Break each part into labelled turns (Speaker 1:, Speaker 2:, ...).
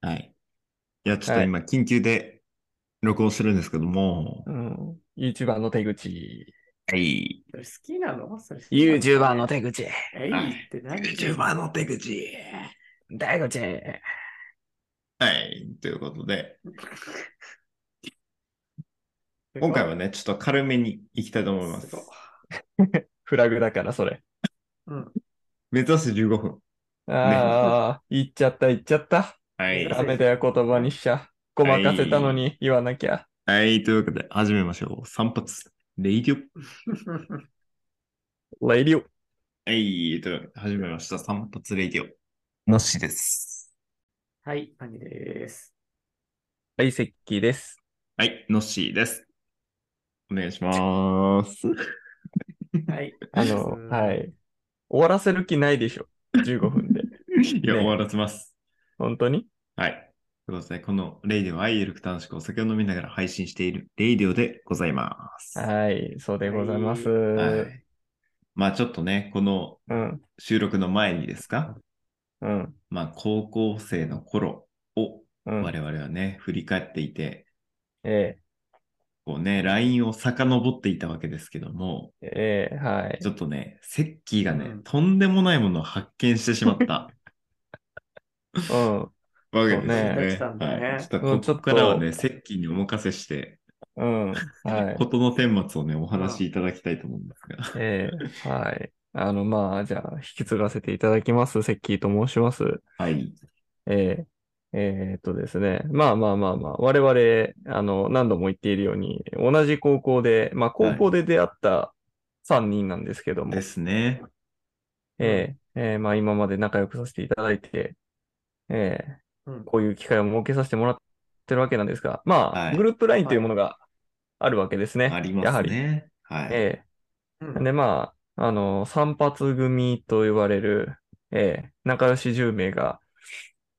Speaker 1: はい。
Speaker 2: いや、ちょっと今、緊急で録音してるんですけども、
Speaker 3: うん。YouTuber の手口。
Speaker 2: はい。
Speaker 1: それ好きなのそれ好きなの
Speaker 3: YouTuber の手口。
Speaker 1: えいって何
Speaker 2: YouTuber の手口。
Speaker 3: 手口。
Speaker 2: はい。ということで、今回は
Speaker 1: ね、
Speaker 2: ね、ちょっと軽めに行きたいと思います
Speaker 1: す。ごい
Speaker 3: フラグだから、それ。
Speaker 1: うん。
Speaker 2: 目指して15分。
Speaker 3: ああ、言っちゃった、言っちゃった。
Speaker 2: はい。
Speaker 3: ダメだよ、言葉にしちゃ。ごまかせたのに言わなきゃ。
Speaker 2: はい。というわけで、始めましょう。散髪、レイディ
Speaker 3: レイディ
Speaker 2: オ。
Speaker 3: オ。
Speaker 2: はい。というわけで、始めました。散髪レイディオ。のっしーです。
Speaker 1: はい、パニです。
Speaker 3: はい、セッキーです。
Speaker 2: はい。のっしーです。お願いします。
Speaker 1: はい。。
Speaker 3: あの、はいい。終わらせる気ないでしょ。15分で。
Speaker 2: いや、
Speaker 3: ね
Speaker 2: 終わらせます。
Speaker 3: 本当に
Speaker 2: はい。ということで、このレイディオはゆるく楽しくお酒を飲みながら配信しているレイディオでございます。
Speaker 3: はい、そうでございます。
Speaker 2: はいまあちょっとね、この
Speaker 3: うん、
Speaker 2: 収録の前にですか、
Speaker 3: うん、
Speaker 2: まあ高校生の頃を
Speaker 3: うん。
Speaker 2: 我々はね、振り返っていて、
Speaker 3: え
Speaker 2: こうね、LINE を遡っていたわけですけども、
Speaker 3: え、ええ、 はい。
Speaker 2: ちょっとね、セッキーがね、
Speaker 1: うん
Speaker 2: とんでもないものを発見してしまった
Speaker 3: うん
Speaker 2: わけですよ
Speaker 1: そうね
Speaker 2: ね。
Speaker 1: 来たんだね
Speaker 2: はい、ちょっと
Speaker 3: う
Speaker 2: こ
Speaker 3: んちょ
Speaker 2: こ
Speaker 3: っと
Speaker 2: からはね、セッキーにお任せして、、
Speaker 3: うん、はい。
Speaker 2: 事の顛末をね、お話しいただきたいと思うんですが。
Speaker 3: ええ、はい。あの、まあ、じゃあ、引き継がせていただきます。セッキーと申します。
Speaker 2: はい。
Speaker 3: ええ、えーっとですね。まあまあまあまあ、我々、あの、何度も言っているように、同じ高校で、まあ、高校で出会った3人なんですけども、
Speaker 2: ですね。
Speaker 3: ええええまあ、今まで仲良くさせていただいて、ええ
Speaker 1: うん
Speaker 3: こういう機会を設けさせてもらってるわけなんですが、まあ、
Speaker 2: はい
Speaker 3: グループ LINE というものがあるわけですね。
Speaker 2: ありま
Speaker 3: やは
Speaker 2: す
Speaker 3: り。
Speaker 2: ね。はい。
Speaker 3: ええ
Speaker 1: うん
Speaker 3: で、まあ、あの、散髪組と言われる、ええ仲良し10名が、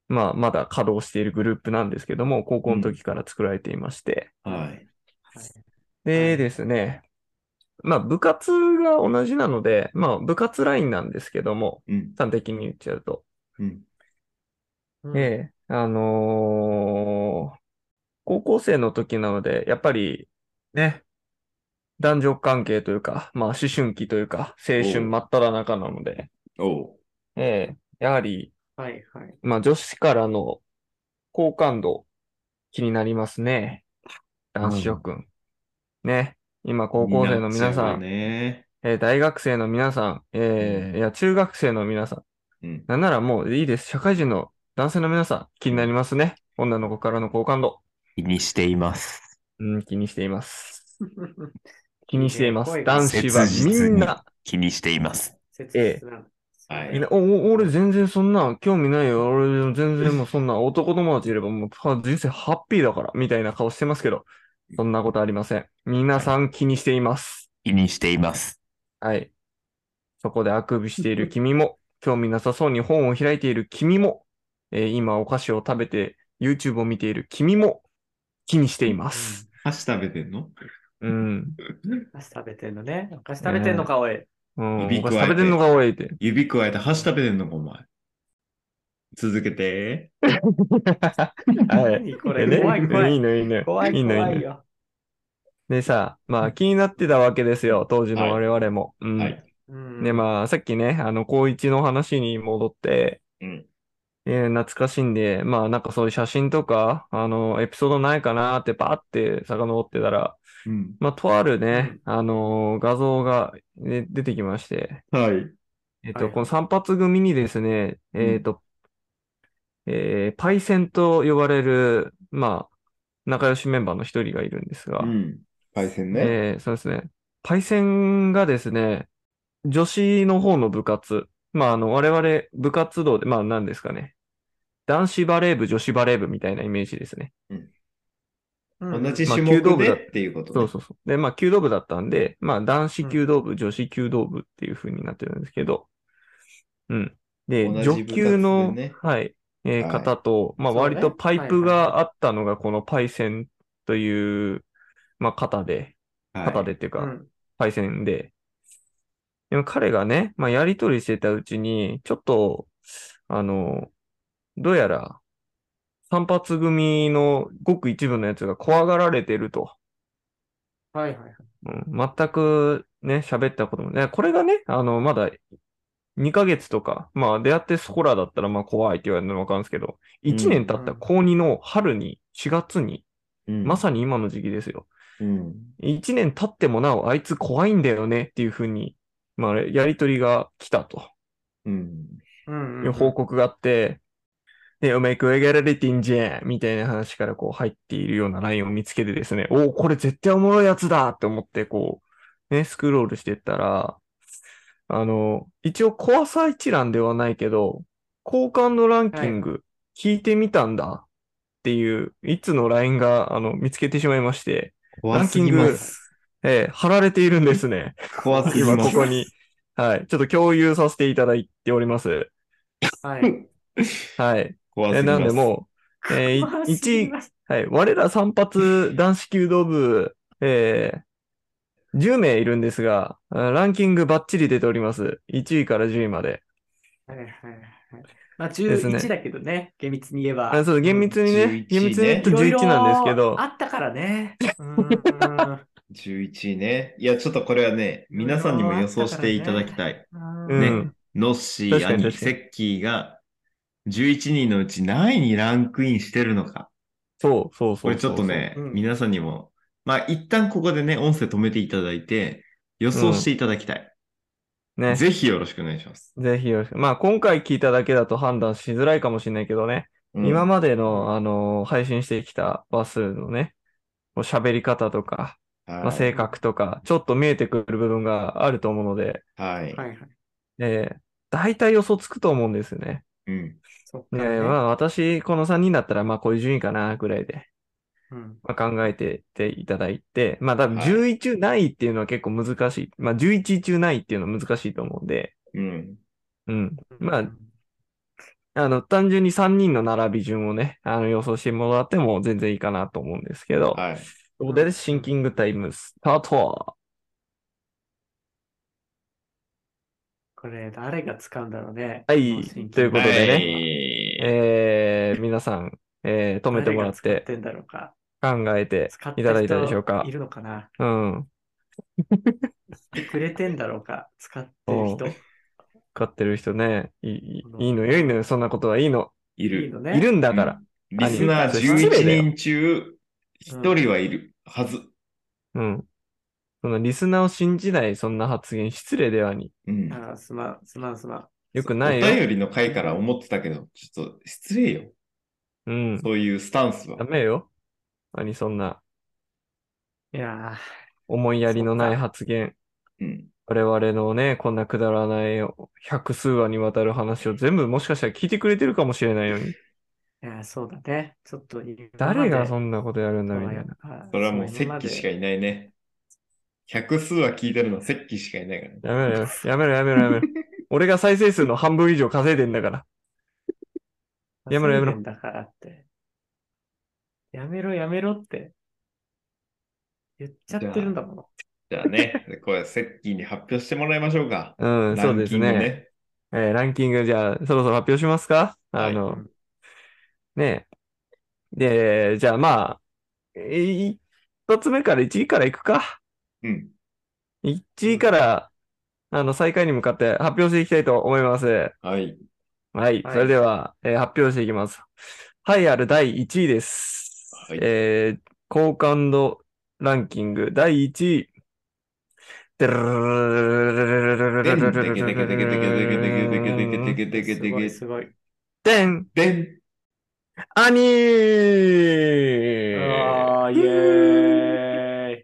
Speaker 3: まあ、まだ稼働しているグループなんですけども、高校の時から作られていまして。
Speaker 2: はい。
Speaker 3: でですね、まあ、部活が同じなので、まあ、部活ラインなんですけども、
Speaker 2: うん。
Speaker 3: 端的に言っちゃうと。
Speaker 2: うん。
Speaker 1: うん
Speaker 3: ええあのー高校生の時なので、やっぱり、ね、男女関係というか、まあ、思春期というか、青春真っ只中なので、
Speaker 2: おう。
Speaker 3: ええ、やはり、
Speaker 1: はい、 はい。
Speaker 3: まあ、女子からの好感度、気になりますね。男子諸君。ね。今、高校生の皆さ
Speaker 2: み
Speaker 3: ん、
Speaker 2: なね。
Speaker 3: えー大学生の皆さん、えーいや、中学生の皆さん、
Speaker 2: うん。
Speaker 3: なんならもういいです。社会人の男性の皆さん、気になりますね。女の子からの好感度。
Speaker 2: 気にしています。
Speaker 3: うん、気にしています。気にしています。
Speaker 1: 声が
Speaker 3: 男子はみんな、
Speaker 2: 気にしています。
Speaker 1: 切実な。
Speaker 2: ええ
Speaker 3: みんなおお俺全然そんな興味ないよ。俺全然もうそんな男友達いればもうは人生ハッピーだからみたいな顔してますけど、そんなことありません。皆さん気にしています。
Speaker 2: 気にしています。
Speaker 3: はい。そこであくびしている君も、興味なさそうに本を開いている君も、えー今お菓子を食べて YouTube を見ている君も気にしています。
Speaker 2: 箸食べてんの
Speaker 3: うん。
Speaker 1: お菓子食べてんのね。お菓子食べてんのか、おい。
Speaker 3: うん。お
Speaker 2: 指
Speaker 3: 菓
Speaker 2: 加え
Speaker 3: 子
Speaker 2: て
Speaker 3: 食べてんのが多いっ て。
Speaker 2: 指くわえて箸食べてんのか、お前。続けて。
Speaker 3: はい。
Speaker 1: 何こ
Speaker 3: え
Speaker 1: れ、
Speaker 3: ね
Speaker 1: 怖い、怖
Speaker 3: い
Speaker 1: い。
Speaker 3: のいいの。
Speaker 1: 怖
Speaker 3: い
Speaker 1: い、
Speaker 3: いのいい
Speaker 1: 怖
Speaker 3: の
Speaker 1: い。よ。
Speaker 3: でさ、まあ気になってたわけですよ、当時の我々も。うん
Speaker 2: はい。
Speaker 1: うん
Speaker 3: で、まあさっきね、あの、高一の話に戻って、
Speaker 2: うん。
Speaker 3: えー懐かしんで、まあなんかそういう写真とか、あの、エピソードないかなってバーって遡ってたら、
Speaker 2: うん。
Speaker 3: まあとあるね、あのー画像が、ね出てきまして、
Speaker 2: はい。
Speaker 3: えっ
Speaker 1: はい
Speaker 3: と、
Speaker 1: はい
Speaker 3: この散髪組にですね、
Speaker 2: ん
Speaker 3: えっと、えーパイセンと呼ばれる、まあ、仲良しメンバーの一人がいるんですが、
Speaker 2: ん。海鮮ね。
Speaker 3: えーそうですね。パイセンがですね、女子の方の部活、まあ、あの、我々部活動で、まあ、何ですかね。男子バレー部、女子バレー部みたいなイメージですね。
Speaker 1: うん
Speaker 2: 同じ
Speaker 3: ま
Speaker 2: 種
Speaker 3: あ弓道
Speaker 2: 目
Speaker 3: 部
Speaker 2: で
Speaker 3: だ
Speaker 2: っていうことね
Speaker 3: そうそうそう。で、まあ、弓道部だったんで、まあ、男子
Speaker 1: うん
Speaker 3: 弓道部、女子弓道部っていう風になってるんですけど、うん。で、
Speaker 2: 同じ
Speaker 3: 女級の、
Speaker 2: 部活でね
Speaker 3: はい、えー
Speaker 2: はい
Speaker 3: 方と、まあ、
Speaker 1: そうね
Speaker 3: 割とパイプ
Speaker 1: はいはい
Speaker 3: があったのが、このパイセンという、まあ、方で、
Speaker 2: はい
Speaker 3: 方でっていうか、
Speaker 1: うん
Speaker 3: パイセンで。でも彼がね、まあ、やりとりしてたうちに、ちょっと、あの、どうやら、散髪組のごく一部のやつが怖がられてると。
Speaker 1: はいはいはい。
Speaker 3: うん、全くね、喋ったこともね、これがね、あの、まだ2ヶ月とか、まあ出会ってそこらだったらまあ怖いって言われるのわかるんですけど、1年経った高2の春に、4月に、
Speaker 2: うん
Speaker 3: まさに今の時期ですよ。
Speaker 2: うん。
Speaker 3: 1年経ってもなお、あいつ怖いんだよねっていうふうに、まああれ、やりとりが来たと。
Speaker 2: うん。
Speaker 1: うん、
Speaker 3: いう報告があって、で、お前怖がられてんじゃんみたいな話からこう入っているようなラインを見つけてですね、おお、これ絶対おもろいやつだって思ってこう、ね、スクロールしてったら、あの、一応怖さ一覧ではないけど、好感度ランキング聞いてみたんだっていう、いつのラインがあの見つけてしまいまして、
Speaker 2: 怖すぎます。
Speaker 3: えー貼られているんですね。
Speaker 2: 怖すぎ
Speaker 3: 今
Speaker 2: ま
Speaker 3: こ
Speaker 2: す。
Speaker 3: こに。はい。ちょっと共有させていただいております。
Speaker 1: はい。
Speaker 3: はい。
Speaker 2: 怖す
Speaker 3: え
Speaker 2: ぎます。
Speaker 3: なんでもう、えー い一位、はい、我ら散髪男子弓道部、えー10名いるんですが、あランキングバッチリ出ております。1位から10位まで。
Speaker 1: はいはいはい。まあ、
Speaker 3: ですね
Speaker 1: 11だけどね、厳密に言え
Speaker 3: あ
Speaker 1: ば。
Speaker 3: そう厳密にね、
Speaker 2: 11
Speaker 3: 厳密に言うと
Speaker 1: いろいろ
Speaker 3: 11なんですけど
Speaker 1: あ、ったからね。うん
Speaker 2: 11位ね。いや、ちょっとこれはね、皆さんにも予想していただきたい。
Speaker 1: うん
Speaker 3: う
Speaker 2: ね
Speaker 3: ん、
Speaker 2: ノッシー、
Speaker 3: 確か
Speaker 2: ア
Speaker 3: に
Speaker 2: ニ、
Speaker 3: 確か
Speaker 2: セ
Speaker 3: に
Speaker 2: ッキーが11人のうち何位にランクインしてるのか。
Speaker 3: そうそうそう。
Speaker 2: これちょっとね、
Speaker 1: そうそううん
Speaker 2: 皆さんにも、まあ一旦ここでね、音声止めていただいて、予想していただきたい。
Speaker 3: ね。ぜ
Speaker 2: ぜひよろしくお願いします。
Speaker 3: ひよろしく。まあ今回聞いただけだと判断しづらいかもしれないけどね、
Speaker 2: うん
Speaker 3: 今までの、あのー配信してきたバスのね、こう喋り方とか、まあ、
Speaker 2: はい
Speaker 3: 性格とか、ちょっと見えてくる部分があると思うので、
Speaker 2: はい。
Speaker 1: はいはい。
Speaker 3: えー、大体予想つくと思うんですよね。
Speaker 2: うん。
Speaker 1: そっか
Speaker 3: で、
Speaker 1: らね
Speaker 3: まあ私、この3人だったら、まあこういう順位かな、ぐらいで、
Speaker 1: うん
Speaker 3: まあ、考えてていただいて、まあ多分
Speaker 2: はい
Speaker 3: 10位中ないっていうのは結構難しい。まあ11位中ないっていうのは難しいと思うんで、
Speaker 2: うん。
Speaker 3: うん。まああの、単純に3人の並び順をね、あの予想してもらっても全然いいかなと思うんですけど、
Speaker 2: はい。
Speaker 3: ここでシンキングタイムスタート
Speaker 1: これ誰が使うんだろうね。
Speaker 3: はい
Speaker 1: この
Speaker 3: ということでね
Speaker 2: ね。
Speaker 3: えー、皆さん、えー、止めてもらっ
Speaker 1: 誰が使っててんだろうか。
Speaker 3: 考えて
Speaker 1: 使って
Speaker 3: いただいたでしょうか
Speaker 1: い。るのかな。
Speaker 3: うん。
Speaker 1: 使ってくれてんだろうか。使ってる人。
Speaker 3: 使ってる人ね。いいい
Speaker 1: うん
Speaker 3: いいのよ、いいのよ、そんなことはいいの。
Speaker 2: いる。
Speaker 1: いいのね。
Speaker 3: いるんだから。
Speaker 2: うんリスナー
Speaker 3: アニメ失礼だよ
Speaker 2: 11人中、1人はいるはず。
Speaker 3: うん。そのリスナーを信じない、そんな発言、失礼ではに。
Speaker 2: うん。
Speaker 1: ああ、すまん、すまん、すまん。
Speaker 3: よく
Speaker 2: お
Speaker 3: ないよ。
Speaker 2: 便りの回から思ってたけど、ちょっと失礼よ。
Speaker 3: うん。
Speaker 2: そういうスタンスは
Speaker 3: ダ。メよ。何、そんない
Speaker 1: や
Speaker 3: 思いやりのな
Speaker 1: そ
Speaker 3: い
Speaker 1: っか
Speaker 3: 発言。
Speaker 2: うん。
Speaker 3: 我々のね、こんなくだらない百数話にわたる話を全部もしかしたら聞いてくれてるかもしれないのに。
Speaker 1: ーいやー、そうだね。ちょっと
Speaker 3: 誰がそ
Speaker 1: ん
Speaker 3: んなことやるんだみたいな。
Speaker 2: それはもう、セッキしかいないね。百数は聞いてるのはセッキしかいないからね。
Speaker 3: やめろよ。やめろやめろやめろ。俺が再生数の半分以上稼いでんだから。やめろやめろ
Speaker 1: 稼いでんだからって。やめろやめろって。言っちゃってるんだもん。
Speaker 2: じゃあね、これセッキに発表してもらいましょうか。
Speaker 3: うん、そうです
Speaker 2: ランキング
Speaker 3: ね。。えーランキング、じゃあ、そろそろ発表しますか
Speaker 2: はい
Speaker 3: あの、
Speaker 1: うん
Speaker 3: ねえ。で、じゃあまあ、えー一発目から1位からいくか。
Speaker 2: うん。
Speaker 3: 1位から、あの、最下位に向かって発表していきたいと思います。
Speaker 2: はい。
Speaker 3: はい。
Speaker 1: はい
Speaker 3: それでは、えー発表していきます。はい、ある第1位です。
Speaker 2: はい
Speaker 3: えー好感度ランキング第1位。で
Speaker 2: でん、でけでけでけでけでけでけでけでけでけでけ
Speaker 1: す
Speaker 2: で
Speaker 1: ごい
Speaker 2: け
Speaker 1: すごい。
Speaker 3: ん
Speaker 2: でん。
Speaker 3: アニ
Speaker 1: ああ、イエ
Speaker 2: イェー
Speaker 1: ーイ。い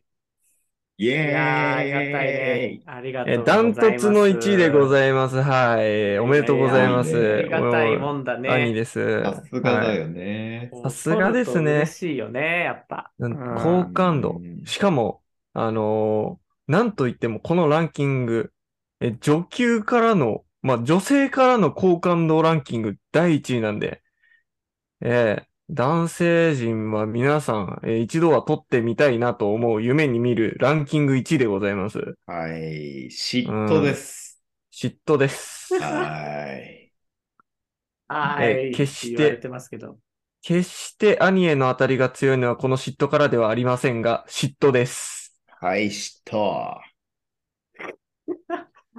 Speaker 2: イ
Speaker 1: やー、ありがたいね。ありがとうござ
Speaker 3: ダ
Speaker 1: い
Speaker 3: ン
Speaker 1: ます。
Speaker 3: トツの1位でご
Speaker 1: い
Speaker 3: ざいます。はい。おめでとうございます。
Speaker 2: いや
Speaker 1: あ
Speaker 2: い
Speaker 1: りがたいも
Speaker 3: ん
Speaker 1: んだね。
Speaker 3: 兄です。
Speaker 2: さすがだ
Speaker 3: はい
Speaker 2: よね。
Speaker 1: こう
Speaker 3: さすがですね
Speaker 1: 取ると嬉しいよね、やっぱ。
Speaker 3: なん
Speaker 1: うん
Speaker 3: 好感
Speaker 2: う
Speaker 3: 度
Speaker 2: ん。
Speaker 3: しかも、あのーなんといってもこのランキング、え女級からの、まあ、女性からの好感度ランキング第1位なんで、えー男性陣は皆さん、えー一度は取ってみたいなと思う夢に見るランキング1位でございます。
Speaker 2: はい。嫉妬です。
Speaker 3: 嫉妬です。
Speaker 2: はい。
Speaker 1: は
Speaker 3: え
Speaker 1: い。
Speaker 3: 決して
Speaker 1: 言われてますけど。
Speaker 3: 決してアニエの当たりが強いのはこの嫉妬からではありませんが、嫉妬です。
Speaker 2: はい、嫉妬。
Speaker 3: ね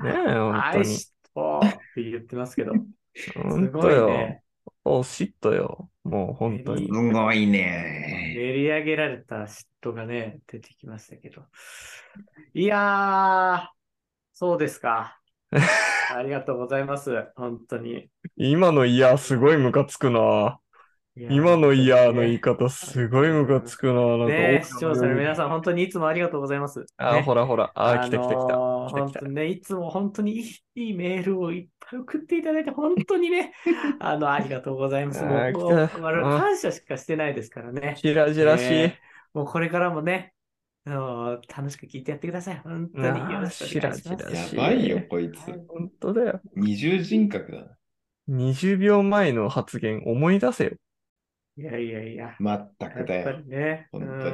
Speaker 3: え、本当
Speaker 1: 愛
Speaker 3: に。
Speaker 1: しとって言ってますけど。す
Speaker 3: 本
Speaker 1: ご
Speaker 3: 当
Speaker 1: い
Speaker 3: よ。
Speaker 1: ね。
Speaker 3: お、嫉妬よ。もう本当に。
Speaker 2: すごいね。
Speaker 1: 練り上げられた嫉妬がね、出てきましたけど。いやー、そうで すか。ありがとうございます。本当に。
Speaker 3: 今のイヤーすごいムカつくな。
Speaker 1: いや
Speaker 3: 今のイヤーの言い
Speaker 1: 本
Speaker 3: 方すごいムカつくな。なんか
Speaker 1: 当にねね視
Speaker 3: お
Speaker 1: 聴者の皆さん、本当にいつもありがとうございます。
Speaker 3: あ、
Speaker 1: ね
Speaker 3: ほらほら。あ、来た来た来た。
Speaker 1: のー
Speaker 3: 来た来
Speaker 1: 本
Speaker 3: た
Speaker 1: 当にね、いつも本当にいいいいメールをいっぱい送っていただいて、本当 にね、あの、ありがとうございます。も
Speaker 3: あー
Speaker 1: う、もう
Speaker 3: 来た
Speaker 1: 我々
Speaker 3: うん
Speaker 1: 感謝しかしてないですからね。
Speaker 3: じらじらしい。
Speaker 1: ねもうこれからもね、あのー楽しく聞いてやってください。本当によろしくお願いし
Speaker 3: あー
Speaker 1: ま
Speaker 3: しら
Speaker 1: す
Speaker 3: じ。ら
Speaker 2: やばいよ、こいつ。
Speaker 3: 本当だよ。
Speaker 2: 二重人格だな。
Speaker 3: 20秒前の発言思い出せよ。
Speaker 1: いやいやいや、
Speaker 2: まった
Speaker 1: や
Speaker 2: く
Speaker 1: っ
Speaker 2: だ
Speaker 1: ぱ
Speaker 2: よ
Speaker 1: り。ね、う
Speaker 2: 本当に
Speaker 1: ん、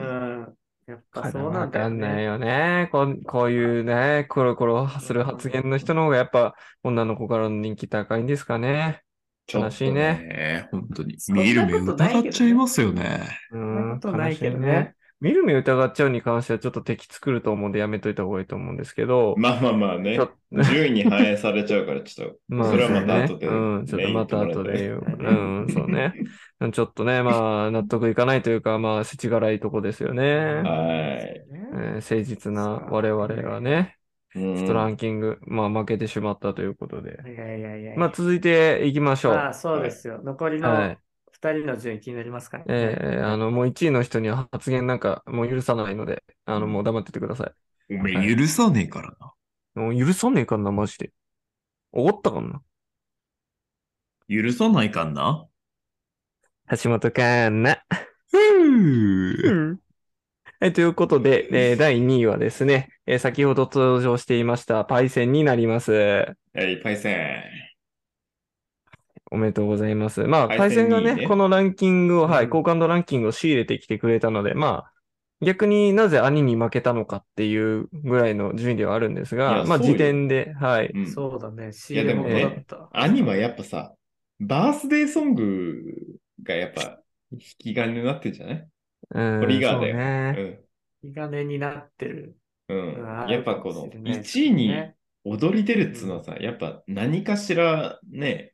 Speaker 1: やっぱ
Speaker 3: これ
Speaker 1: そうな
Speaker 3: わ
Speaker 1: んだ
Speaker 3: か
Speaker 1: よ
Speaker 3: んない
Speaker 1: ね。
Speaker 3: よね。こんこういうね、コロコロする発言の人の方がやっぱ女の子からの人気高いんですかね。
Speaker 2: ちょっと
Speaker 3: 悲しい
Speaker 2: ね。本当に。
Speaker 1: んな
Speaker 2: 見る目
Speaker 1: ことないけどね
Speaker 2: 疑っちゃいますよね。
Speaker 3: う、
Speaker 1: そんなんことないけど
Speaker 3: 悲しい
Speaker 1: ね。。
Speaker 3: 見る目疑っちゃうに関してはちょっと敵作ると思うんでやめといた方がいいと思うんですけど。
Speaker 2: まあまあまあね
Speaker 3: ちょっ。
Speaker 2: 順位に反映されちゃうから、ちょっと。
Speaker 3: まあ、
Speaker 2: それはまた後
Speaker 3: そう
Speaker 2: で。
Speaker 3: ねうん、ちょっとまた後で言う。
Speaker 1: 言って
Speaker 3: う
Speaker 1: もらえ
Speaker 3: ん、そうね。ちょっとね、まあ、納得いかないというか、まあ、世知辛いとこですよね。
Speaker 2: はい。
Speaker 3: えー誠実な我々がね、
Speaker 2: うん
Speaker 3: ちょっとランキング、まあ、負けてしまったということで。
Speaker 1: いやいやいやいや。
Speaker 3: まあ、続いていきましょう。
Speaker 1: ああ、そうですよ。残り
Speaker 3: は
Speaker 1: の
Speaker 3: い。
Speaker 1: 2人の順位気になりますからね。
Speaker 3: えーあの、もう1位の人には発言なんかもう許さないので、あの、もう黙っててくださ
Speaker 2: おめえ許さねえからな。
Speaker 3: い。もう許さねえかんな、マジで。おごったかんな。
Speaker 2: 許さないかんな。
Speaker 3: 橋本かな。
Speaker 2: ふぅ
Speaker 3: はい、ということで、えー第2位はですね、えー先ほど登場していましたパイセンになります。
Speaker 2: はい、パイセン。
Speaker 3: おめでとうございます。まあ、
Speaker 2: パイ
Speaker 3: 対
Speaker 2: セン
Speaker 3: 戦が
Speaker 2: いい
Speaker 3: ね、
Speaker 2: ね
Speaker 3: このランキングを、は
Speaker 1: う
Speaker 3: い、
Speaker 1: ん
Speaker 3: 好感度ランキングを仕入れてきてくれたので、まあ、逆になぜ兄に負けたのかっていうぐらいの順位ではあるんです
Speaker 2: い
Speaker 3: が、
Speaker 2: や
Speaker 3: まあ、
Speaker 2: そうよ
Speaker 3: 時点で、はい。
Speaker 2: うん
Speaker 1: そうだね。仕
Speaker 2: いや
Speaker 1: 入れ
Speaker 2: でも
Speaker 1: 元
Speaker 3: ね
Speaker 1: だった。
Speaker 2: アニはやっぱさ、バースデーソングがやっぱ引き金になってんじゃない
Speaker 3: うん、
Speaker 2: トリガーだよ
Speaker 3: そうね。
Speaker 1: 気兼ねになってる。
Speaker 2: うん。うん。やっぱこの1
Speaker 1: 一
Speaker 2: 位に踊り出るっつうのはさ、やっぱ何かしらね、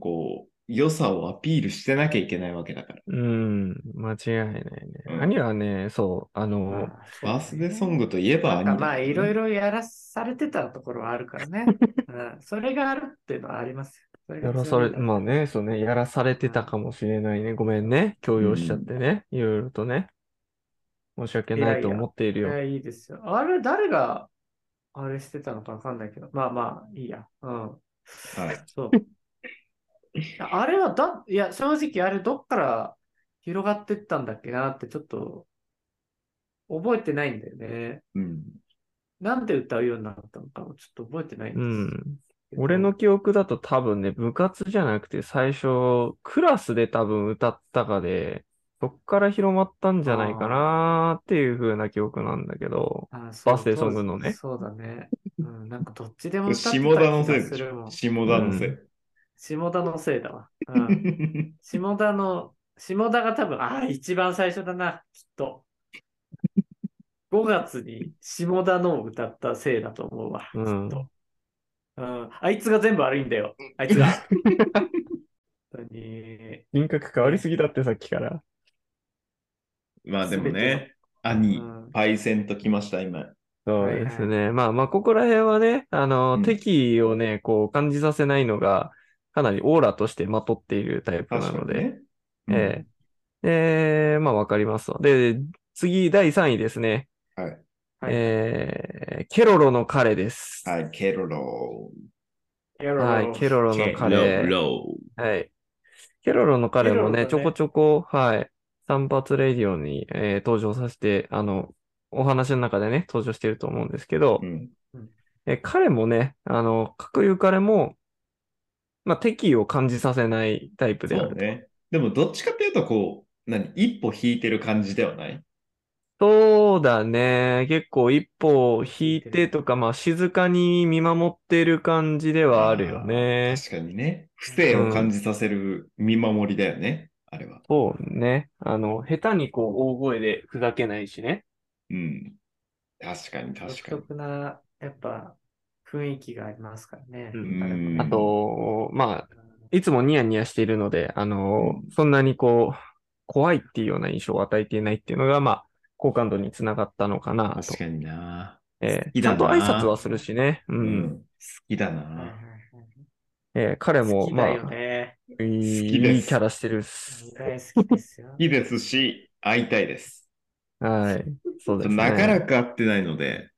Speaker 2: こう、良さをアピールしてなきゃいけないわけだから。
Speaker 3: うん、間違いないね。
Speaker 2: うん
Speaker 3: 兄はね、そう、あの、
Speaker 2: バースデーソン
Speaker 1: グ
Speaker 2: グといえば
Speaker 1: な
Speaker 2: アニ
Speaker 1: ん
Speaker 2: だよ
Speaker 1: か
Speaker 2: ね
Speaker 1: まあ、いろいろやらされてたところはあるから ね。うん、それがあるっていうのはありますよ。それが
Speaker 3: やらされ、
Speaker 1: 強みだ
Speaker 3: まあね、そうね、やらされてたかもしれないね。ごめんね。強要しちゃってね。いろいろとね。申し訳ないと思っているよ。
Speaker 1: いや、いいですよ。あれ、誰が、あれしてたのかわかんないけど。まあまあ、いいや。うん。
Speaker 2: はい。
Speaker 1: そう。あれはだ、いや、正直あれどっから広がってったんだっけなってちょっと覚えてないんだよね。
Speaker 2: うん。
Speaker 1: なんで歌うようになったのかもちょっと覚えてないん
Speaker 3: う
Speaker 1: です
Speaker 3: ん。
Speaker 1: けど
Speaker 3: 俺の、記憶だと多分ね、部活じゃなくて最初、クラスで多分歌ったかで、そっから広まったんじゃないかなーっていう風な記憶なんだけど、
Speaker 1: あそう
Speaker 3: バースデーソングのね
Speaker 1: そうそうだね。うん、なんかどっちでも歌ってた
Speaker 2: 下田のせいで
Speaker 1: 気がす
Speaker 2: し
Speaker 1: るも
Speaker 2: ょ。
Speaker 1: ん。
Speaker 2: 下田のせい。
Speaker 1: 下田のせいだわ。うん、下田の、下田が多分、ああ、一番最初だな、きっと。5月に下田のを歌ったせいだと思うわ、きっ
Speaker 3: うん
Speaker 1: と。うん、あいつが全部悪いんだよ、あ いつが。本当に。
Speaker 3: 人格変わりすぎだってさっきから。
Speaker 2: まあでも
Speaker 1: 全
Speaker 2: ね、兄、
Speaker 1: うん
Speaker 2: パイセンときました、今。
Speaker 3: そう
Speaker 1: はいはい
Speaker 3: ですね。まあまあ、ここら辺はね、あの、
Speaker 2: うん
Speaker 3: 敵意をね、こう感じさせないのが、かなりオーラとしてまとっているタイプな
Speaker 2: 確か
Speaker 3: の
Speaker 2: に
Speaker 3: で、
Speaker 2: ね。うん
Speaker 3: ええええまあわかりますわで、次、第3位ですね。
Speaker 2: はい。
Speaker 1: はい
Speaker 3: ええケロロの彼です。
Speaker 2: はい、ケロロ。
Speaker 1: ケロロ
Speaker 3: はい、ケロロの彼。
Speaker 2: ロ。
Speaker 3: はい。ケロロの彼も
Speaker 1: ケロロ
Speaker 3: ね、
Speaker 1: と
Speaker 3: ち
Speaker 1: ね
Speaker 3: ょこちょこ、はい、散髪レディオに、えー登場させて、あの、お話の中でね、登場してると思うんですけど
Speaker 2: う、ん。
Speaker 3: え彼もね、あの、かくいう彼も、まあ、敵意を感じさせないタイプであ
Speaker 2: そ
Speaker 3: る
Speaker 2: う
Speaker 3: と。
Speaker 2: ね。でも、どっちかっていうと、こう、何、一歩引いてる感じではない
Speaker 3: そうだね。結構一歩引いてとか、まあ、静かに見守ってる感じではあるよね。
Speaker 2: 確かにね。不正を感じさせる見守りだよね。あれは。
Speaker 3: そうね。あの、下手にこう、大声でふざけないしね。
Speaker 2: うん。確かに、確
Speaker 1: 独
Speaker 2: かに。
Speaker 1: 特な、やっぱ、雰囲気がありますからね。
Speaker 3: うん
Speaker 1: あれ
Speaker 2: うん
Speaker 1: も
Speaker 3: あと、まあ、いつもニヤニヤしているので、あの、そんなにこう、怖いっていうような印象を与えていないっていうのが、まあ、好感度につながったのかなと
Speaker 2: 確。かにな。
Speaker 3: え
Speaker 2: 好
Speaker 3: ー
Speaker 2: き
Speaker 3: ちゃ
Speaker 2: だ
Speaker 3: んと
Speaker 2: な
Speaker 3: 挨拶はするしね。う。。
Speaker 2: うん好きだ
Speaker 1: はいはい
Speaker 2: な。
Speaker 3: えー彼
Speaker 1: はい
Speaker 3: も、
Speaker 1: 好き
Speaker 3: まあ、
Speaker 1: だ
Speaker 3: い
Speaker 1: よね。
Speaker 3: い
Speaker 2: 好きです
Speaker 3: いいキャラしてるっす。
Speaker 1: 大好きですよ
Speaker 2: 好。きですし、会いたいです。
Speaker 3: はい。そうですね。
Speaker 2: なかなか会ってないので、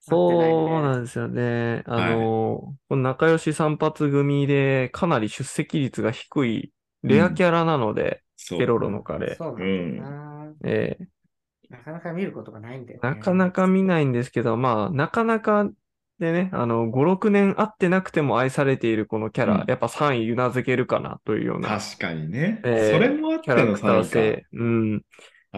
Speaker 3: そうなんですよね。あの、この仲良し散髪組で、かなり出席率が低い、レアキャラなので、
Speaker 2: そう。
Speaker 3: ケロロの彼。
Speaker 1: そうなんだよな。
Speaker 3: えー
Speaker 1: なかなか見ることがないんだよね。
Speaker 3: なかなか見ないんですけど、まあ、なかなかでね、あの、5、6年会ってなくても愛されているこのキャラ、
Speaker 2: うん
Speaker 3: やっぱ3位うなずけるかなというような
Speaker 2: 確かにね。そ
Speaker 3: えー
Speaker 2: れもあっ
Speaker 3: キ
Speaker 2: て
Speaker 3: ャラ
Speaker 2: の
Speaker 3: クター
Speaker 2: 3位
Speaker 3: 性。うん。
Speaker 2: か。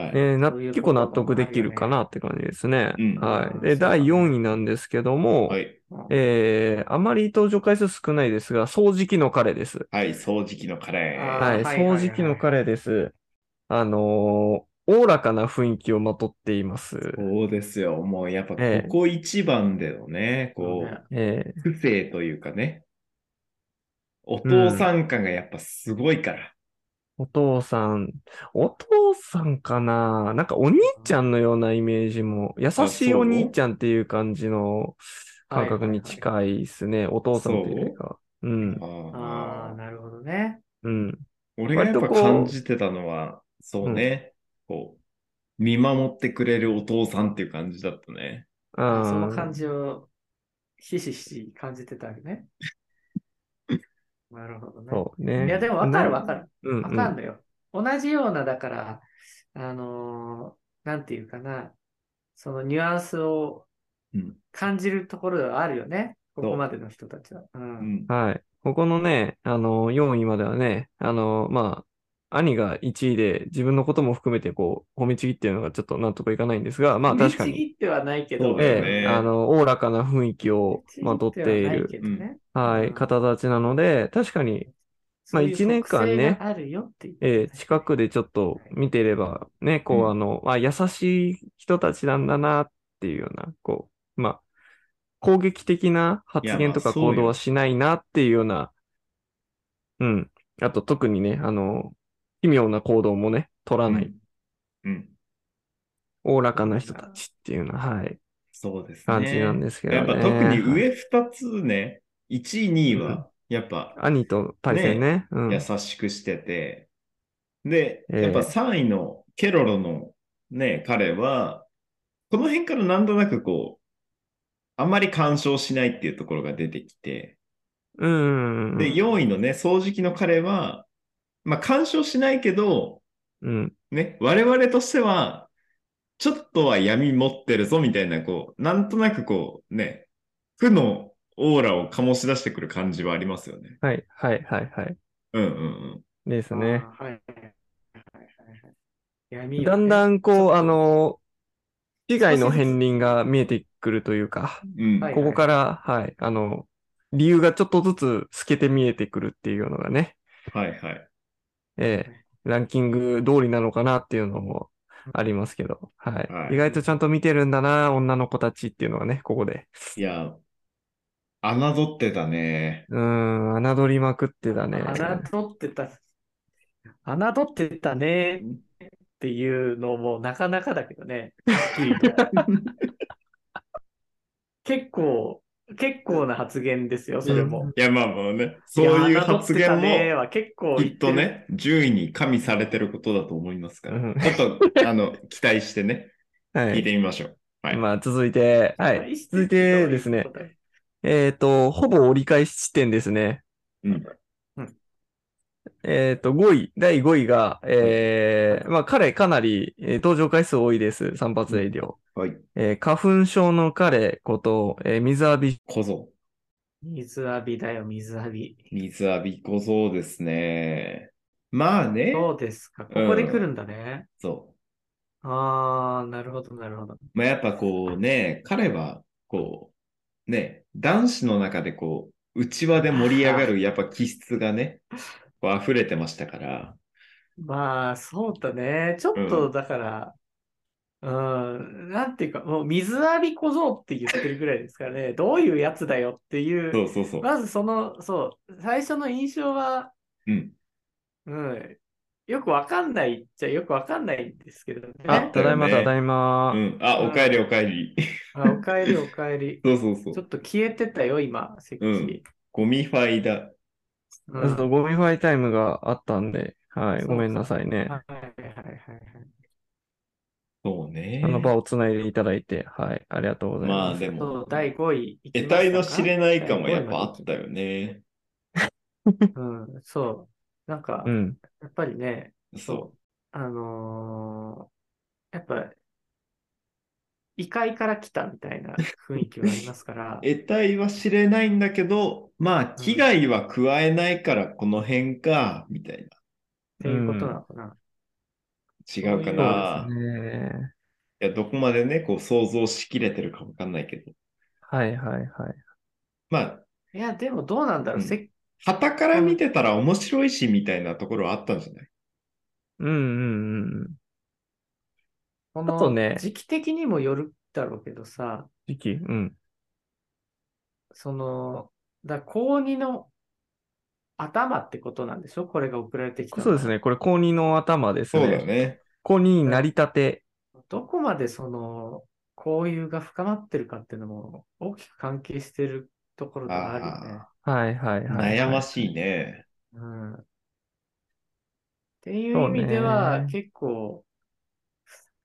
Speaker 2: はい。
Speaker 3: えーな
Speaker 1: そういう
Speaker 3: 結
Speaker 1: こ
Speaker 3: 構
Speaker 1: と
Speaker 3: 納得できるかなって感じですね。
Speaker 2: うん
Speaker 3: はい。
Speaker 1: う
Speaker 3: で、
Speaker 1: んそうだ
Speaker 3: 第
Speaker 1: ね
Speaker 3: 4位なんですけども、
Speaker 2: はい。
Speaker 3: えーあまり登場回数少ないですが、掃除機の彼です。
Speaker 2: はい、掃除機のカレー。
Speaker 3: はい、
Speaker 1: あーはいはいはい
Speaker 3: 掃除機の彼です。あのーおおらかな雰囲気をまとっています。
Speaker 2: そうですよ。もうやっぱこ
Speaker 3: ええ
Speaker 2: こ一番でのね、こ
Speaker 1: そうね
Speaker 2: う、
Speaker 3: えー
Speaker 2: 不正というかね、お父さん感がやっぱすごいから。
Speaker 3: お父さん、お父さんかななんかお兄ちゃんのようなイメージも、優しいお兄ちゃんっていう感じの感覚に近いですね。お父さんというよりか。うん、
Speaker 1: ああ、
Speaker 2: あー
Speaker 1: なるほどね。
Speaker 3: うん。
Speaker 2: 俺がやっぱ
Speaker 3: 割とこう
Speaker 2: 感じてたのは、そうね、こう、見守ってくれるお父さんっていう感じだったね。
Speaker 3: あ
Speaker 1: その
Speaker 3: ー
Speaker 1: 感じをひしひし感じてたわけね。 なるほどね。
Speaker 3: そうね。
Speaker 1: いや、でも分かる分か
Speaker 3: る。
Speaker 1: る。
Speaker 3: うん、うん
Speaker 1: 分かんのよ。同じような、だから、あのーなんていうかな、そのニュアンスを
Speaker 2: うん
Speaker 1: 感じるところはあるよね。こ
Speaker 2: う
Speaker 1: こまでの人たちは。う。
Speaker 2: うんん。
Speaker 3: はい。ここのね、あの、4位まではね、あの、まあ、兄が1位で自分のことも含めてこう、褒めちぎっていうのがちょっと納得いかないんですが、まあ確か
Speaker 1: 踏みち
Speaker 3: に、
Speaker 1: ぎってはないけ
Speaker 2: そ
Speaker 1: ど、
Speaker 2: うだよね
Speaker 3: ええ、あの、おおらかな雰囲気をまとっている、は
Speaker 1: うん
Speaker 3: い、方たちなので、確かに、まあ一年間ね
Speaker 1: あるよって言って
Speaker 3: えー近くでちょっと見てれば、ね、こ
Speaker 2: う
Speaker 3: う、
Speaker 2: ん
Speaker 3: あの、まあ、優しい人たちなんだなっていうような、こう、まあ、攻撃的な発
Speaker 2: いや
Speaker 3: 言
Speaker 2: まあ
Speaker 3: とか
Speaker 2: そうよ
Speaker 3: 行動はしないなっていうような、うん。あと、特にね、あの、奇妙な行動もね、取ら
Speaker 2: う
Speaker 3: ない、
Speaker 2: ん。うん。
Speaker 3: おおらかな人たちっていうような、はい、
Speaker 2: そうですね。
Speaker 3: 感じなんですけどね。
Speaker 2: やっぱ特に上2つね、1位、2位は、やっぱ、
Speaker 3: 兄と対戦ね。うん。
Speaker 2: 優しくしてて、で、
Speaker 3: ええ
Speaker 2: やっぱ3位のケロロのね、彼は、この辺からなんとなくこう、あんまり干渉しないっていうところが出てきて、
Speaker 3: うん。
Speaker 2: で、4位のね、掃除機の彼は、まあ干渉しないけど、
Speaker 3: うん。
Speaker 2: ね、我々としては、ちょっとは闇持ってるぞみたいな、こう、なんとなくこう、ね、負のオーラを醸し出してくる感じはありますよね。
Speaker 3: はい、はい、はい、はい。
Speaker 2: うんうんうん。
Speaker 3: ですね。
Speaker 1: あーはいはいはいはい。
Speaker 3: だんだ
Speaker 1: ん、
Speaker 3: んこ
Speaker 1: ちょっ
Speaker 3: う、
Speaker 1: と
Speaker 3: あの、被害の片鱗が見えてくるというか、
Speaker 2: うん、
Speaker 1: はい
Speaker 3: ここから、はい、あの、理由がちょっとずつ透けて見えてくるっていうのがね、
Speaker 2: はいはい。
Speaker 3: ええランキング通りなのかなっていうのもありますけど、は
Speaker 2: はい
Speaker 3: い。意外とちゃんと見てるんだな、女の子たちっていうのがね、ここで。
Speaker 2: いや、侮ってたね。
Speaker 3: うーん、侮りまくってたね。
Speaker 1: 侮ってた、侮ってたねっていうのもなかなかだけどね。はっきりと結構、結構な発言ですよ、それも。
Speaker 2: いや、まあまあね、そういう発言
Speaker 1: いや侮ってたね
Speaker 2: も、
Speaker 1: は結構
Speaker 2: き
Speaker 1: 言
Speaker 2: ってと。
Speaker 1: る
Speaker 2: ね、順位に加味されてることだと思いますから、
Speaker 3: うん
Speaker 2: ちょっ と、あの、期待してね、
Speaker 3: は
Speaker 2: 聞い
Speaker 3: い。
Speaker 2: てみましょう。はい。
Speaker 3: まあ、続いて、はい。続いてですね、えっと、ほぼ折り返し地点ですね。
Speaker 2: うん、
Speaker 3: えっと、5位、第5位が、えー、まあ、彼かなり、えー登場回数多いです。散髪営業。
Speaker 2: はい。
Speaker 3: えー花粉症の彼こと、えー水浴び、
Speaker 2: 小僧。
Speaker 1: 水浴びだよ、水浴び。
Speaker 2: 水浴び小僧ですね。まあね、
Speaker 1: そうですか、ここで来るんだね。
Speaker 2: そう。
Speaker 1: ああ、なるほど、なるほど。
Speaker 2: まあ、やっぱこうね、彼は、こう、ね、男子の中でこう、内輪で盛り上がる、やっぱ気質がね、こう溢れてましたから、
Speaker 1: まあ、そうだね。ちょっ
Speaker 2: う
Speaker 1: と、
Speaker 2: ん
Speaker 1: だから、うん、なんていうか、もう水浴び小僧って言ってるぐらいですから ね、どういうやつだよっていう、
Speaker 2: そうそうそう。
Speaker 1: まずその、そう、最初の印象は、
Speaker 2: うん。
Speaker 1: うん、よくわかんないっちゃよくわかんないんですけどね。
Speaker 2: あった
Speaker 3: だいま、ただいま
Speaker 2: う。ん。あ、おかえりおかえり。
Speaker 1: あおかえりおかえり。
Speaker 2: そうそうそう
Speaker 1: ちょ。っと消えてたよ、今、石器。
Speaker 2: ゴミファイだ。
Speaker 1: うん
Speaker 3: ちょっとゴミファイタイムがあったんで、はい、ごめんなさいね。
Speaker 1: はいはいはいはい。
Speaker 2: そうね。
Speaker 3: あの場をつないでいただいて、はい、ありがとうござい
Speaker 2: ま
Speaker 3: ま
Speaker 2: あ
Speaker 3: す。
Speaker 2: で
Speaker 1: そう
Speaker 2: も、、
Speaker 1: 第5位行き
Speaker 2: 得
Speaker 1: ま
Speaker 2: 体
Speaker 1: し
Speaker 2: の
Speaker 1: た
Speaker 2: 知
Speaker 1: か
Speaker 2: れない感はやっぱあったよね。
Speaker 1: うん、そう。なんか
Speaker 3: う、ん。
Speaker 1: やっぱりね、
Speaker 2: そ
Speaker 1: あのーやっぱ、異界から来たみたいな雰囲気はありますか ら
Speaker 2: う。、得体は知れないんだけど、まあ、危害は加えないからこの辺か、みたい
Speaker 1: っていうことなのかな。
Speaker 2: な。違うか
Speaker 1: そう
Speaker 2: な。
Speaker 3: そうですね。
Speaker 2: いや、どこまでね、こう想像しきれてるかわかんないけど。
Speaker 3: はいはいはい。
Speaker 2: まあ、
Speaker 1: いや、でもどうなんだろう。
Speaker 2: うん
Speaker 1: せっ
Speaker 2: 旗から見てたら面白いし、みたいなところはあったんじゃない
Speaker 3: うんうんうんうん。
Speaker 1: こ
Speaker 3: あ
Speaker 1: の
Speaker 3: とね
Speaker 1: 時期的にもよるだろうけどさ、
Speaker 3: 時期うん。
Speaker 1: その、だ高2の頭ってことなんでしょこれが送られてきたの
Speaker 3: そうですね。これ、高2の頭です
Speaker 2: そう
Speaker 3: ね。
Speaker 2: だね。
Speaker 3: 高2になりたて。
Speaker 1: どこまでその交友が深まってるかっていうのも大きく関係してるところではあるよね。
Speaker 3: はいはいはい。
Speaker 2: 悩ましいね。
Speaker 1: うん、っていう
Speaker 3: そう
Speaker 1: 意
Speaker 3: ね
Speaker 1: 味では結構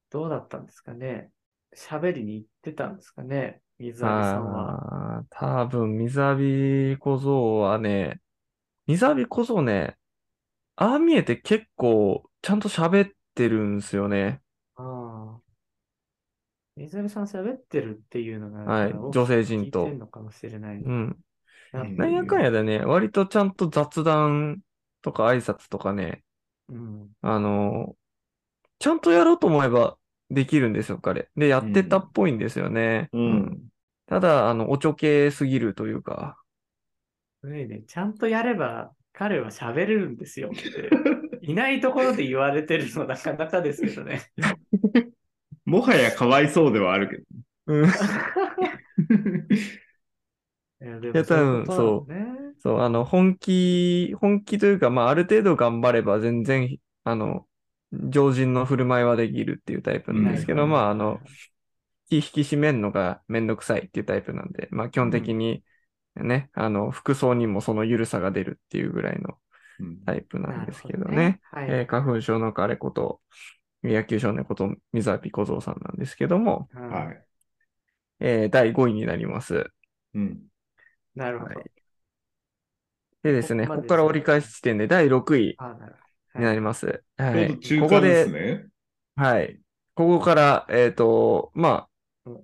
Speaker 1: どうだったんですかね喋りに行ってたんですかね水上さんは。
Speaker 3: ああ、多分、水浴び小僧はね、水浴び小僧ね、ああ見えて結構、ちゃんと喋ってるんですよね。
Speaker 1: ああ水上さん喋ってるっていうのが、
Speaker 3: はい
Speaker 1: なんか
Speaker 3: 女性陣と
Speaker 1: 聞いてんのかもしれない。
Speaker 3: うん。
Speaker 1: な
Speaker 2: うん
Speaker 3: なんやかんやでね、割とちゃんと雑談とか挨拶とかね、
Speaker 1: うん
Speaker 3: あの、ちゃんとやろうと思えばできるんですよ、彼。で、やってたっぽいんですよね。
Speaker 2: うん。
Speaker 3: ただ、あの、おちょけすぎるというか、
Speaker 1: すごいね、ちゃんとやれば彼は喋れるんですよ って、いないところで言われてるのなかなかですけどね。
Speaker 2: もはやかわいそうではあるけど。
Speaker 3: うん。
Speaker 1: いや、で
Speaker 3: いや多分
Speaker 1: そういうことなんだね。
Speaker 3: そう、あの、本気、本気というか、まあ、ある程度頑張れば全然、あの、常人の振る舞いはできるっていうタイプなんですけど、
Speaker 1: うん
Speaker 3: まあ、あの、気引き締めるのがめんどくさいっていうタイプなんで、まあ、基本的にね、あの、服装にもその緩さが出るっていうぐらいの
Speaker 2: うん
Speaker 3: タイプなんですけど
Speaker 1: なるほ
Speaker 3: ね。。
Speaker 1: はい。
Speaker 3: えー花粉症の彼こと、野球少年こと水浴小僧さんなんですけども、
Speaker 1: うん
Speaker 2: はい。
Speaker 3: えー第5位になります。
Speaker 2: うん。
Speaker 1: なるほど。
Speaker 3: はいでですね、
Speaker 1: こ
Speaker 3: こ
Speaker 1: こまで
Speaker 3: こから折り返し地点で第6位
Speaker 1: あなる
Speaker 3: になります。
Speaker 2: ちょ
Speaker 3: は
Speaker 2: うど
Speaker 3: い。
Speaker 2: 中
Speaker 3: ここ
Speaker 2: 間で、
Speaker 3: です
Speaker 2: ね。
Speaker 3: はい。ここから、えっ、と、まあ
Speaker 1: うん、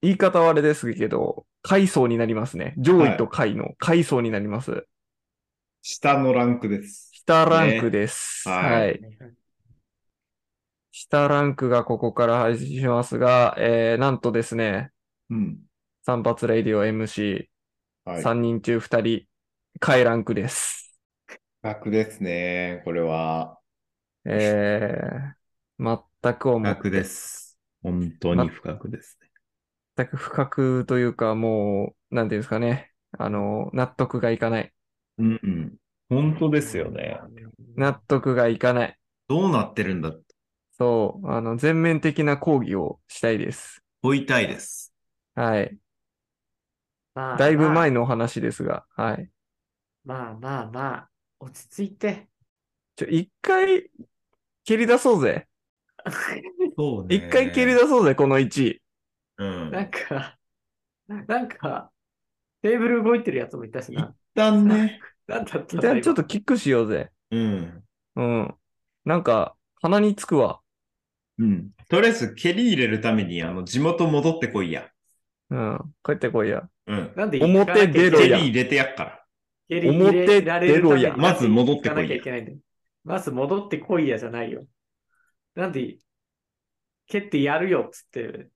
Speaker 3: 言い方はあれですけど、階層になりますね。上位と下位の階層になります。
Speaker 2: 下のランクです。
Speaker 3: 下ランクです。
Speaker 2: ねはい
Speaker 3: はい。下ランクがここから配信しますが、えー、なんとですね、
Speaker 2: うん。
Speaker 3: 散髪レイディオ MC、
Speaker 2: はい。
Speaker 3: 3人中2人、下位ランクです。
Speaker 2: 楽ですね、これは。
Speaker 3: えー、全く思っ
Speaker 2: です。本当
Speaker 3: に
Speaker 2: 不覚ですね。
Speaker 3: 全く不覚というか、もう、なんていうんですかね。あの、納得がいかない。
Speaker 2: うん、うん。本当ですよね。
Speaker 3: 納得がいかない。
Speaker 2: どうなってるんだ
Speaker 3: そう、あの、全面的な抗議をしたいです。
Speaker 2: 問いたいです。
Speaker 3: はい。
Speaker 1: まあ
Speaker 3: だいぶ前のお話ですが、はい。
Speaker 1: まあまあまあ、落ち着いて。
Speaker 3: ちょ、一回、蹴り出そうぜ。
Speaker 2: そう
Speaker 3: 一回蹴り出そうぜ、この1位。
Speaker 2: うん。
Speaker 1: なん
Speaker 2: 一
Speaker 1: か、なんか、テーブル動いてるやつもいたしな。
Speaker 2: 旦ね。
Speaker 1: なんだっ
Speaker 3: 一
Speaker 1: たんだ
Speaker 3: 旦
Speaker 1: 今
Speaker 3: ちょっとキックしようぜ。
Speaker 2: うん。
Speaker 3: うん。なんか、鼻につくわ。
Speaker 2: うん。とりあえず、蹴り入れるために、あの、地元戻ってこいや。
Speaker 3: うん。帰ってこいや。
Speaker 2: うん。
Speaker 1: なんで行かなきゃいけな
Speaker 2: 蹴
Speaker 3: 出
Speaker 1: い
Speaker 3: ろ
Speaker 2: り
Speaker 3: や
Speaker 2: 入れてやっから。
Speaker 1: 蹴り入れられるために
Speaker 3: 表出ろや
Speaker 2: まず戻ってこいや
Speaker 1: 行かなきゃけないんだよまず戻ってこいやじゃないよ。なんで、蹴ってやるよっつって、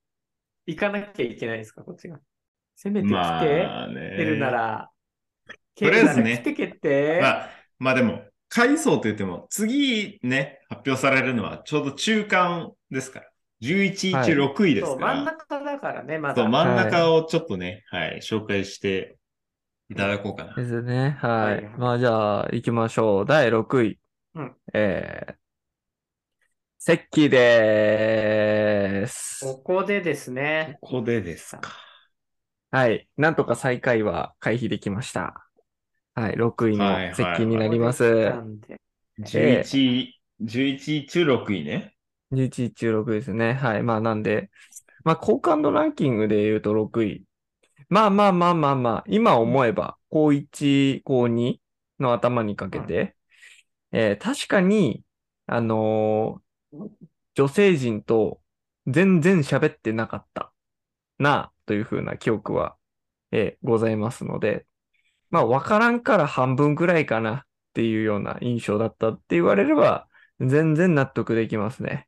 Speaker 1: 行かなきゃいけないんですか、こっちが。せめて来て、
Speaker 2: あね
Speaker 1: 蹴るなら、
Speaker 2: とりあえずね
Speaker 1: 蹴るなら来て蹴って、
Speaker 2: まあ、まあでも、回想と言っても、次ね、発表されるのはちょうど中間ですから。11、
Speaker 3: はい
Speaker 2: 1、6位で
Speaker 1: そ
Speaker 2: す
Speaker 1: う、
Speaker 2: から。
Speaker 1: 真ん中だからね、ま
Speaker 2: そ
Speaker 1: だ。
Speaker 2: う、真ん中をちょっとね、はい、紹介していただこうかな。
Speaker 3: ですね。は
Speaker 1: はい
Speaker 3: い
Speaker 1: はい。
Speaker 3: まあじゃあ、行きましょう。第6位。
Speaker 1: うん
Speaker 3: えー、セッキーでーす。
Speaker 1: ここでですね、
Speaker 2: ここでですか。
Speaker 3: はい。なんとか最下位は回避できました。はい。6位
Speaker 2: はいはい
Speaker 3: のセッキーになります。
Speaker 1: ここで来たんで
Speaker 2: 11、11中6位ね。
Speaker 3: 11位中6位ですね。はい。まあなんで、まあ好感度ランキングで言うと6位。まあまあまあまあまあ、今思えば、高1、高2の頭にかけて、えー確かに、あのー女性陣と全然喋ってなかったな、というふうな記憶は、えーございますので、まあわからんから半分くらいかなっていうような印象だったって言われれば、全然納得できますね。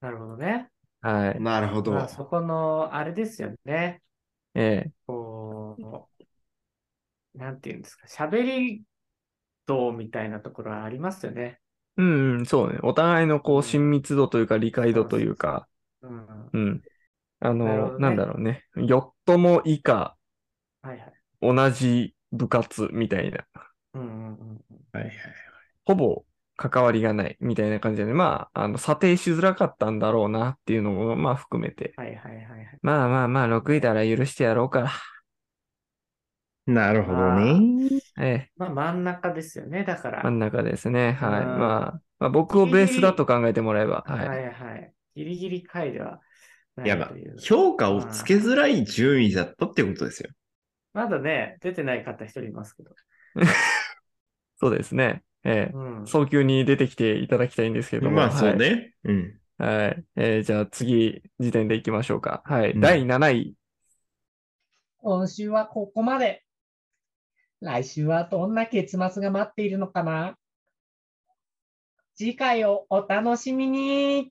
Speaker 1: なるほどね。
Speaker 3: はい。
Speaker 2: なるほ
Speaker 1: まあ、そこの、あれですよね。
Speaker 3: え
Speaker 1: こう、なんていうんですか、喋り道みたいなところはありますよね。
Speaker 3: えうんうん、そうね。お互いのこ
Speaker 1: う
Speaker 3: う、
Speaker 1: ん
Speaker 3: 親密度というか、理解度というか、
Speaker 1: うん。
Speaker 3: うん。あ
Speaker 1: なるほど
Speaker 3: の、
Speaker 1: ね
Speaker 3: なんだろうね。よっとも以下、
Speaker 1: はいはい。
Speaker 3: 同じ部活みたいな。
Speaker 1: うんうんうん。
Speaker 2: はいはい。
Speaker 3: ほぼ関わりがないみたいな感じで、まあ、あの、査定しづらかったんだろうなっていうのも、まあ、含めて。
Speaker 1: はいはいはいはい。
Speaker 3: まあまあまあ、6位だら許してやろうから。
Speaker 2: なる
Speaker 1: ほどね
Speaker 3: ええ、
Speaker 1: まあ、真ん中ですよね。だから。
Speaker 3: 真ん中ですね。はい。
Speaker 1: うん
Speaker 3: まあ、まあ、僕をベースだと考えてもらえば。は
Speaker 1: はいい。はい。ギリギリ回ではない
Speaker 2: やば
Speaker 1: という。
Speaker 2: 評価をつけづらい順位だったってことですよ。
Speaker 1: まだね、出てない方一人いますけど。
Speaker 3: そうですね。ええ、
Speaker 1: うん。
Speaker 3: 早急に出てきていただきたいんですけれども。
Speaker 2: まあそうね。うん。
Speaker 3: はい。はいえーじゃあ次、時点でいきましょうか。はい。
Speaker 2: うん
Speaker 3: 第7位。
Speaker 4: 今週はここまで。来週はどんな結末が待っているのかな次回をお楽しみに